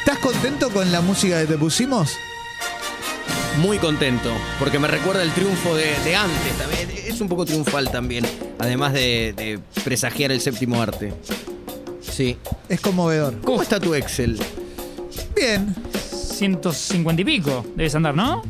¿Estás contento con la música que te pusimos? Muy contento, porque me recuerda el triunfo de, de antes. también. Es un poco triunfal también, además de, de presagiar el séptimo arte. Sí. Es conmovedor. ¿Cómo está tu Excel? Bien. 150 y pico debes andar, ¿no?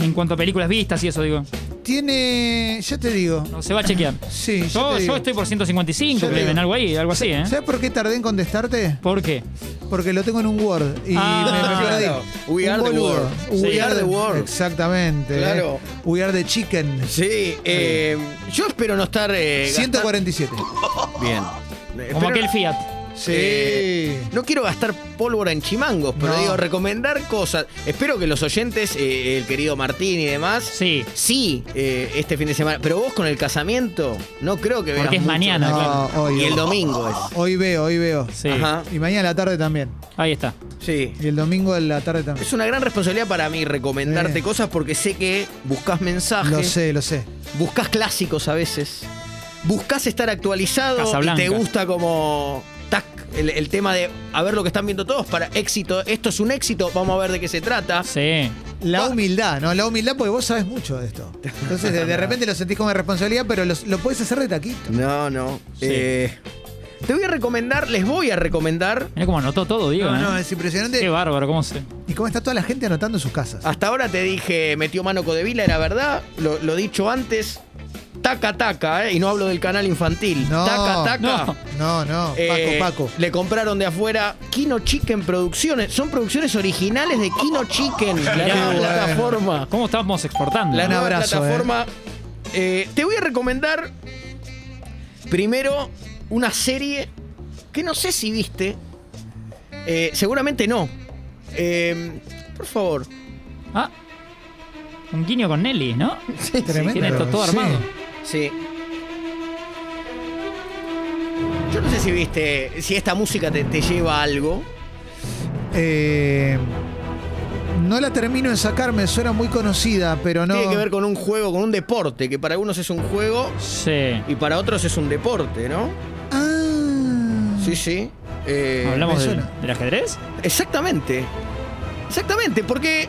En cuanto a películas vistas y eso, digo. Tiene. Ya te digo. No, se va a chequear. Sí, ya Oh, Yo, te digo. yo estoy por 155, Ya te creo, en digo. algo ahí, algo así, ¿eh? ¿Sabes por qué tardé en contestarte? ¿Por qué? Porque lo tengo en un Word y Ah, me, me perdí. claro. We Un are the boludo. world. Sí. We are the world. Exactamente. Claro. eh. We are the chicken. Sí, eh, yo espero no estar. eh, 147. gastar- Bien. Eh, Como espero- aquel Fiat. Sí. Eh, no quiero gastar pólvora en chimangos, pero No. digo, recomendar cosas. Espero que los oyentes, eh, el querido Martín y demás, Sí. sí, eh, este fin de semana. Pero vos con el casamiento, no creo que veas. Porque es mucho. mañana, No, hoy, Ah, Y el veo. domingo es. hoy veo, hoy veo. Sí. Ajá. Y mañana a la tarde también. Ahí está. Sí. Y el domingo a la tarde también. Es una gran responsabilidad para mí recomendarte Eh. cosas porque sé que buscas mensajes, Lo sé, lo sé. buscas clásicos a veces, buscas estar actualizado Casablanca. y te gusta como tac el, el tema de a ver lo que están viendo todos para éxito. Esto es un éxito, vamos a ver de qué se trata. Sí. La humildad, ¿no? La humildad porque vos sabés mucho de esto. Entonces de, de repente lo sentís como responsabilidad, pero los- lo podés hacer de taquito. No, no. Sí. Eh, te voy a recomendar, les voy a recomendar. Mirá cómo anotó todo, digo. No, ¿eh? no, es Qué impresionante. bárbaro, cómo se. Y cómo está toda la gente anotando en sus casas. Hasta ahora te dije, metió mano Codevila, era verdad. Lo, lo dicho antes, taca taca, eh, y no hablo del canal infantil. No. Taca taca. No. No, no, Paco, Eh, Paco. Le compraron de afuera Kino Chicken Producciones. Son producciones originales de Kino Chicken, la Mirá, nueva bueno. plataforma. ¿Cómo estamos exportando? La Un nueva abrazo, plataforma. Eh, te voy a recomendar primero una serie que no sé si viste. Eh, seguramente no. Eh, por favor. Ah. Un guiño con Nelly, ¿no? Tremendo. Tiene esto todo armado. Sí. Yo no sé si viste, si esta música te, te lleva a algo. Eh, no la termino de sacar, me suena muy conocida, pero no. Tiene que ver con un juego, con un deporte, que para algunos es un juego Eh, Sí. y para otros es un deporte, ¿no? Ah. Sí, sí. Eh, ¿Hablamos me del- suena. del ajedrez? Exactamente. Exactamente, porque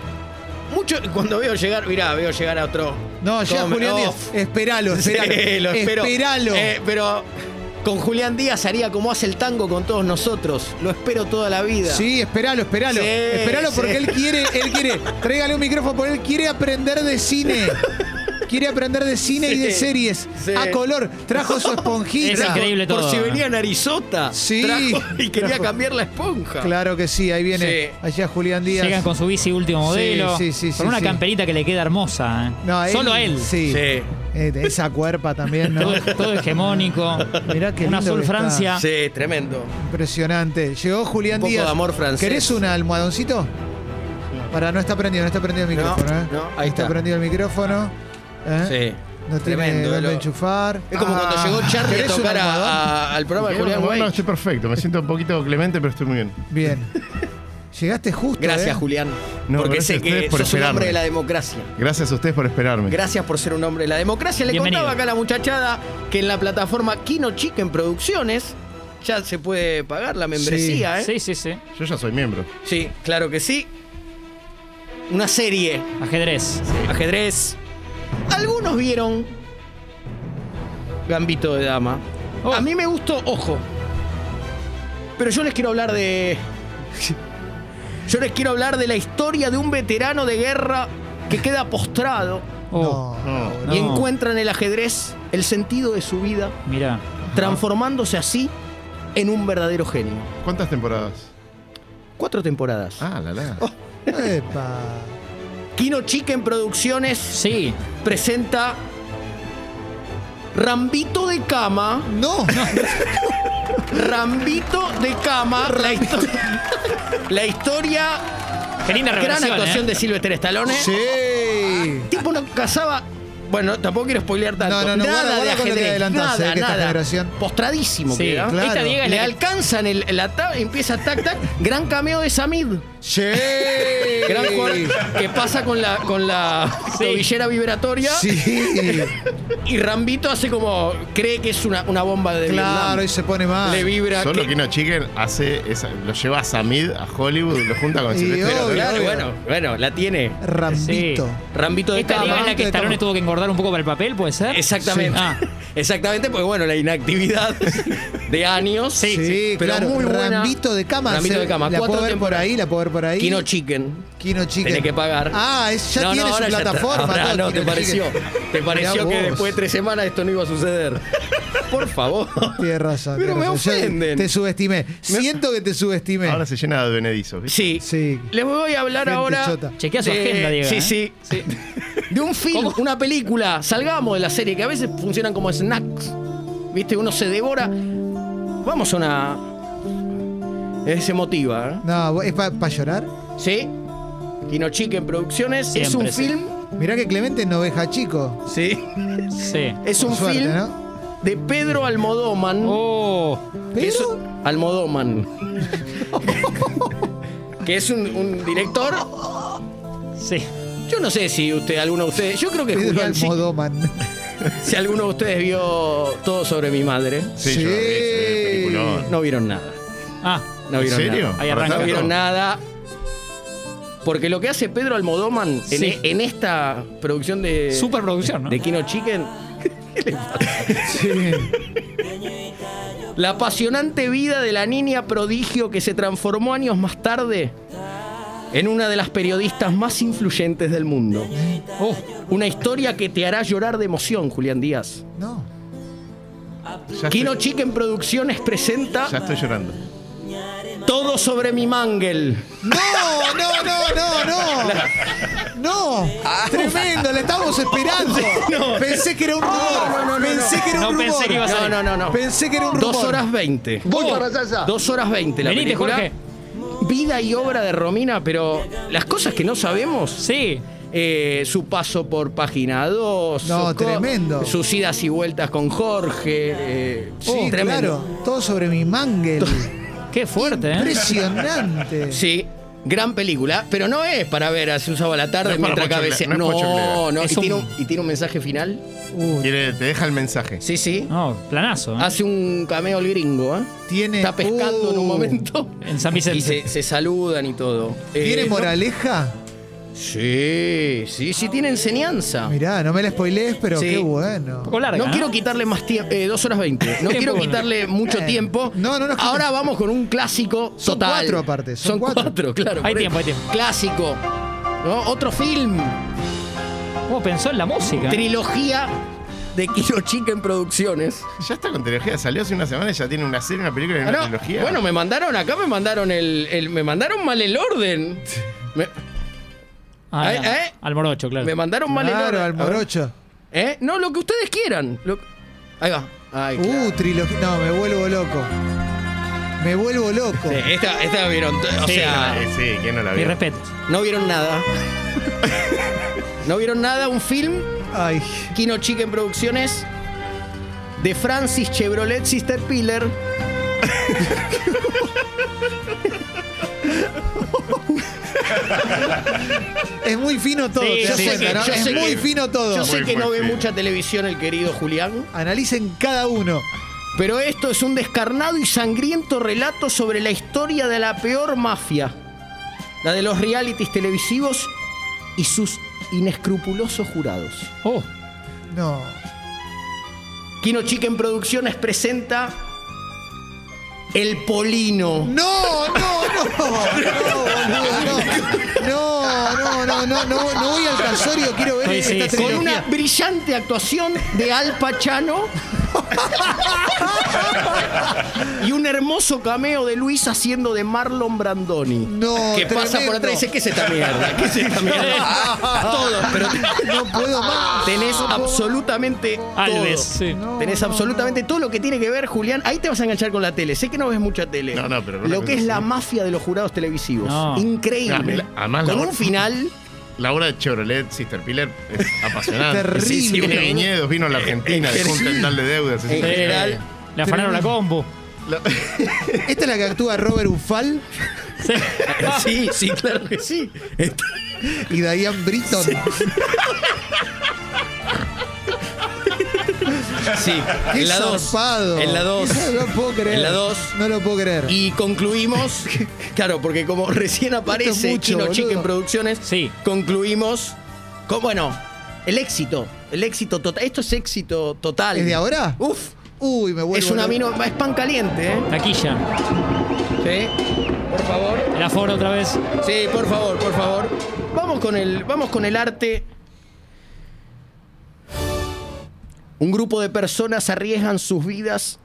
mucho cuando veo llegar, mirá, veo llegar a otro. No, ya Come Julián off. Díaz. Esperalo, esperalo. Sí, lo espero. Esperalo. Eh, pero con Julián Díaz haría como hace el tango con todos nosotros. Lo espero toda la vida. Sí, esperalo, esperalo. Sí, esperalo sí. porque él quiere, él quiere. Tráigale un micrófono porque él quiere aprender de cine. Quiere aprender de cine y de Sí, series. sí. A color. Trajo su Es esponjita. increíble Por todo. si venía Narizota. Sí. trajo y quería Trajo. cambiar la esponja. Claro que sí, ahí viene. Sí. Allá Julián Díaz. Llegan con su bici último modelo. Sí, sí, sí, con sí, una sí. camperita que le queda hermosa. ¿eh? No, Solo a él. Sí. Sí. Eh, esa cuerpa también, ¿no? Todo, todo hegemónico. Mirá qué Un lindo azul que está. Francia. Sí, tremendo. Impresionante. Llegó Julián Un poco Díaz. de amor francés. ¿Querés un almohadoncito? Para, no está prendido, no está prendido el No, micrófono, ¿eh? no, ahí está. prendido el micrófono. ¿eh? No tiene Tremendo, dónde lo- enchufar. Es como cuando Ah, llegó Charlie a ¿querés un tocar a- almohadón? a- al programa de Julián Bueno, Güey. estoy perfecto. Me siento un poquito clemente, pero estoy muy bien. Bien. Llegaste justo. Gracias, ¿eh? Julián. No, porque gracias sé a que ustedes sos por un esperarme. hombre de la democracia. Gracias a ustedes por esperarme. Gracias por ser un hombre de la democracia. Le Bienvenido. contaba acá a la muchachada que en la plataforma Kino Chicken Producciones ya se puede pagar la membresía, ¿eh? Sí, sí, sí. Yo ya soy miembro. Sí, claro que sí. Una serie, Ajedrez. ajedrez. Algunos vieron Gambito de Dama. Oh. A mí me gustó, ojo. Pero yo les quiero hablar de. Yo les quiero hablar de la historia de un veterano de guerra que queda postrado Oh, No, No, no, no. y encuentra en el ajedrez el sentido de su vida, Mirá. transformándose así en un verdadero genio. ¿Cuántas temporadas? Cuatro temporadas. Ah, la la. Oh, Epa. Kino Chicken Producciones Sí. presenta Rambito de Cama. No, ¿eh? Rambito de Cama. La, histo- la historia. Qué linda Gran revelación, actuación ¿eh? de Sylvester Stallone. Sí. Tipo no casaba. Bueno, tampoco quiero spoilear tanto. No, no, no, nada guarda, guarda con de lo que ajedrez, adelantaste, nada, eh, que esta nada. generación- Postradísimo Sí. queda. Claro. Esta Diego es Le la que- alcanzan el, la tabla, empieza tac tac, gran cameo de Samid. Sí. Gran jugador que pasa con la, con la Sí. tobillera vibratoria Sí, y Rambito hace como. cree que es una, una bomba de. claro, y Vietnam. se pone mal. Le vibra. Solo que- que no chiquen hace esa- lo lleva a Samid a Hollywood y lo junta con Y Silvestre. obvio. Stallone. Claro, bueno, bueno, la tiene. Rambito. Rambito de Esta liga cama. es la que de Stallone toma. tuvo que engordar un poco para el papel, ¿puede ser? Exactamente. Sí. Ah. Exactamente, porque bueno, la inactividad de años. Sí, pero claro. muy buena. Rambito de cama. Rambito se- de cama. La puedo Cuatro ver por temporadas. ahí, la puedo ver por ahí. Kino Chicken. Kino Chicken. Tenés que pagar. Ah, es- ya No, no, tiene su ahora ya está. plataforma. Ahora todo, no, te Kino pareció. Chicken. Te pareció Mirá que vos. después de tres semanas esto no iba a suceder. Por favor. Tienes razón. Pero tienes me razón. Yo ofenden. Te subestimé. Siento que te subestimé. Ahora se llena de advenedizos. ¿viste? Sí. Sí. Les voy a hablar Gente ahora. chota. Chequea su agenda, Diego, Sí, ¿eh? sí, sí. De un film, una película. Salgamos de la serie que a veces funcionan como snacks. ¿Viste? Uno se devora. Vamos a una. Es emotiva, ¿eh? No, ¿es para llorar? Sí. Kino Chicken Producciones. es Siempre, un sí. film. Mirá que Clemente no oveja chico. Sí. Sí. Es un Por suerte, film ¿no? de Pedro Almodóman. Oh. Pero. Es- Almodóman. que es un, un director. Sí. Yo no sé si usted, alguno de ustedes. Yo creo que Pedro Julián, sí- Almodóman. si alguno de ustedes vio todo sobre mi madre, Sí, Sí. yo la vi, es un peliculón. no vieron nada. Ah. No ¿En vieron serio? nada. Ahí ¿Para arranca. No tanto? vieron nada. Porque lo que hace Pedro Almodóman en- e-, Sí. en, esta producción de. Superproducción, ¿no? Eh, De Kino Chicken. Sí. La apasionante vida de la niña prodigio que se transformó años más tarde en una de las periodistas más influyentes del mundo. Oh. Una historia que te hará llorar de emoción, Julián Díaz. No. Ya Kino estoy- Chicken Producciones ya presenta estoy llorando. Todo sobre mi mangle. No, no, no, no, no. No, tremendo, la estábamos esperando. Pensé que era un rumor. Pensé que era No un rumor. pensé que iba a No, salir. no, no, no. Pensé que era un rumor. Dos horas veinte. Voy Oh. para la salsa. Dos horas veinte la Venite, película. Jorge. Vida y obra de Romina, pero las cosas que no sabemos Sí. Eh, su paso por Página 2. No, su co- tremendo. Sus idas y vueltas con Jorge. eh, Sí, sí, tremendo. Oh, claro. Todo sobre mi mangle. Qué fuerte, ¿eh? Impresionante. Sí, gran película, pero no es para ver a Susa la No tarde es para mientras pochoclear, cabecea. no No, no, es pochoclear. ¿Y, Es tiene un- un, y tiene un mensaje final. Uh, Quiere- te deja el mensaje. Sí, sí. No, planazo. ¿eh? Hace un cameo el gringo, ¿eh? tiene, Está pescando en un uh, momento. En San Vicente. Y se, se saludan y todo. Eh, ¿Tiene no- moraleja? Sí, sí, sí, tiene enseñanza. Mirá, no me la spoilees, pero Ah. Sí. qué bueno. Un poco larga, ¿eh? No quiero quitarle más tiempo. eh, dos horas veinte. No Tiempo, quiero bueno. quitarle mucho Eh, tiempo. no, no nos quita- Ahora vamos con un clásico Son total. cuatro aparte, son Son cuatro, cuatro. claro. Hay por tiempo, eso. hay tiempo. Clásico. ¿no? Otro film. ¿Cómo pensó en la música? Trilogía de Kilo Chicken Producciones. Ya está con trilogía, salió hace una semana y ya tiene una serie, una película y Ah, una no. trilogía. Bueno, me mandaron acá, me mandaron el. el- me mandaron mal el orden. Me, Ah, Eh, ya. eh. Al morocho, claro. me mandaron mal el Claro, orden. al morocho. ¿Eh? No, lo que ustedes quieran. Lo- ahí va. Ahí, claro. Uh, trilogía. No, me vuelvo loco. Me vuelvo loco. Sí, esta, esta vieron. t- O Sí, sea. Eh, sí, ¿quién no la Mis vio? respetos. No vieron nada. no vieron nada, un film, Ay, Kino Chicken Producciones, de Francis Chevrolet Sister Piller. es muy fino todo. Sí, te das sí, cuenta, sí, ¿no? yo Es sé que- muy fino todo. Yo sé Muy que no ve fuerte. mucha televisión el querido Julián, Analicen cada uno. pero esto es un descarnado y sangriento relato sobre la historia de la peor mafia, la de los realities televisivos y sus inescrupulosos jurados. Oh. No. Kino Chicken Producciones presenta El Polino. No, no, no. No, boludo, no. No, no, no, no, no, no voy al casorio, quiero ver Sí, sí, esta sí. Con una trilogía. brillante actuación de Al Pacino y un hermoso cameo de Luis haciendo de Marlon Brandoni. No, que pasa por tremendo. atrás y dice, ¿qué es esta mierda? ¿Qué es esta mierda? todo, pero te- No puedo más. tenés absolutamente todo. Alves. Sí. No, Tenés no, absolutamente todo lo que tiene que ver, Julián. Ahí te vas a enganchar con la tele. Sé que no ves mucha tele. No, no, pero una lo que cosa es la así. mafia de los jurados televisivos. No. Increíble. No, además la- con un final... La obra de Chevrolet, Sister Piller, es apasionante. Terrible. Sí, sí, Tiene viñedos, vino a la Argentina, en dejó un general- Eh, tendal de deudas. en Sí. general, Le afanaron la combo. Lo- ¿Esta es la que actúa Robert Ufal Sí, sí, claro que sí. y Diane Britton? Sí, ¡Qué en la 2. zarpado! En la 2. No lo puedo creer. En la 2. No lo puedo creer. Y concluimos, claro, porque como recién aparece mucho, Chino boludo. Chicken Producciones, Sí. concluimos con, bueno, el éxito. El éxito total. Esto es éxito total. ¿Es de ahora? Uf. Uy, me vuelvo Es una loco. mino, es pan caliente, ¿eh? Taquilla. Sí. Por favor. El aforo otra vez. Sí, por favor, por favor. Vamos con el, vamos con el arte. Un grupo de personas arriesgan sus vidas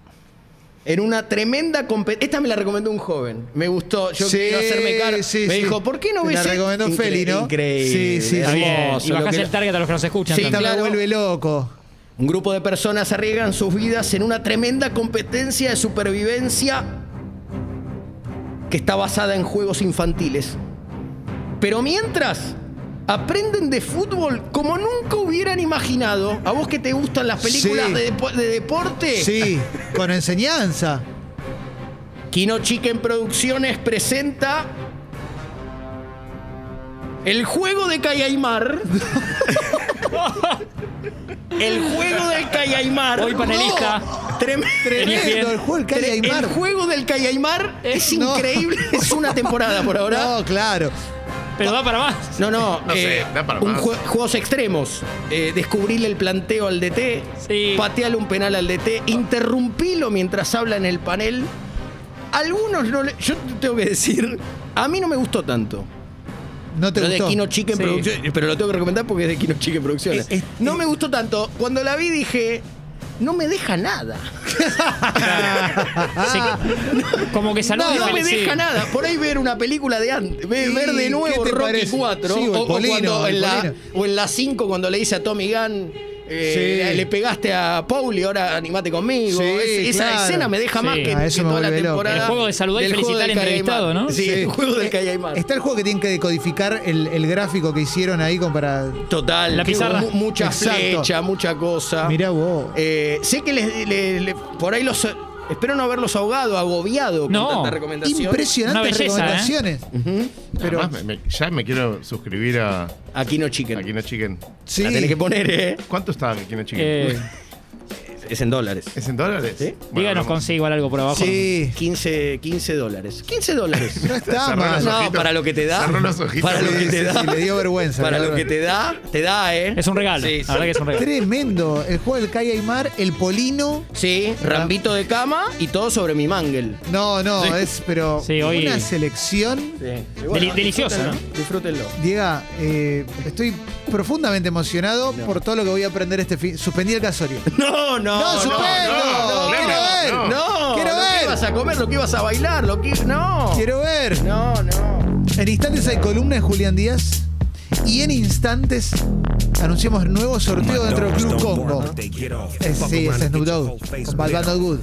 en una tremenda competencia. Esta me la recomendó un joven. Me gustó. Yo Sí, quiero hacerme cargo. sí, me sí. dijo, ¿por qué no Me ves la esto?" recomendó Incre- Feli, ¿no? Increíble. Sí, sí, Está bien. hermoso, Y lo bajás que- el target a los que nos escuchan. Sí, Sí, esta también. me claro. vuelve loco. Un grupo de personas arriesgan sus vidas en una tremenda competencia de supervivencia que está basada en juegos infantiles. Pero mientras aprenden de fútbol como nunca hubieran imaginado, a vos que te gustan las películas Sí. de, depo- de deporte, Sí, con enseñanza. Kino Chicken Producciones presenta el juego de Cayaimar. el juego del Cayaimar. Hoy panelista. Trem- Tremendo el juego del Calle Tre- Aymar. El juego del Callaimar es Eh, No. increíble. Es una temporada por ahora. No, claro. Pero da para más. No, no. eh, No sé, da para un más. jue- juegos extremos. Eh, descubrirle el planteo al DT. Sí. Patearle un penal al DT. Interrumpilo mientras habla en el panel. Algunos no le- Yo tengo que decir. A mí no me gustó tanto. No te Lo de gustó. Kino Chicken Sí. Producciones. Pero lo tengo que recomendar porque es de Kino Chicken Producciones. Es- es- no me gustó tanto. Cuando la vi dije. No me deja nada. Ah, Sí. Como que saluda No, y no me felicita. deja nada. Por ahí ver una película de antes. ve- Sí, ver de nuevo ¿qué te Rocky parece? 4. Sí, o el o, o Polino, cuando el en la, Polino. o en la 5 cuando le dice a Tommy Gunn. eh, Sí. Le pegaste a Pauli, ahora animate conmigo. Sí, Es- esa claro. escena me deja Sí. más que, Ah, eso que me toda la vuelve loco. temporada. El juego de saludar y del juego felicitar del al Calle entrevistado, Aymar. ¿no? Sí, el juego del Eh, Calle Aymar. Está el juego que tienen que decodificar el, el gráfico que hicieron ahí con para. Total. La pizarra. mu- Mucha Exacto. flecha, mucha cosa. Mirá vos. Eh, sé que les, le- le- por ahí los. Espero no haberlos ahogado, agobiado con No. tanta recomendación. Impresionantes Una ¿eh? belleza, recomendaciones. Pero, Pero- ya me quiero suscribir a, a Aquí no chicken. Kino Chicken. Sí. La tenés que poner, ¿eh? ¿Cuánto está Kino Chicken? Eh, Es en dólares. ¿Es en dólares? Sí. Bueno, díganos, vamos. consigue igual algo por abajo. Sí. 15, 15 dólares. 15 dólares. No está Cerró mal. los No, ojitos. para lo que te da. Cerró los ojitos. Para lo que Sí, te sí, da. sí, le dio vergüenza, Para la lo que verdad. te da, te da, ¿eh? Es un regalo. Sí, La verdad que es un regalo. Tremendo. El juego del Calle Aymar, el Polino. Sí, rambito de cama y todo sobre mi mangle. No, no, es, pero Sí, hoy- una selección. Sí. Deli- delicioso, Disfrútenlo. Diega, eh, estoy profundamente emocionado por todo lo que voy a aprender este fin. Suspendí el casorio. No, no. ¡No, suspendo! no, no, ¡Quiero no, ver! no. No, ¡Quiero lo que ver! ibas a comer, lo que ibas a bailar, lo que. No. ¡Quiero ver! No, no. En instantes hay columna de Julián Díaz. Y en instantes anunciamos nuevo sorteo dentro del Club Combo. Eh, sí, es Snoop Dogg. Con Bad Bad Not Good.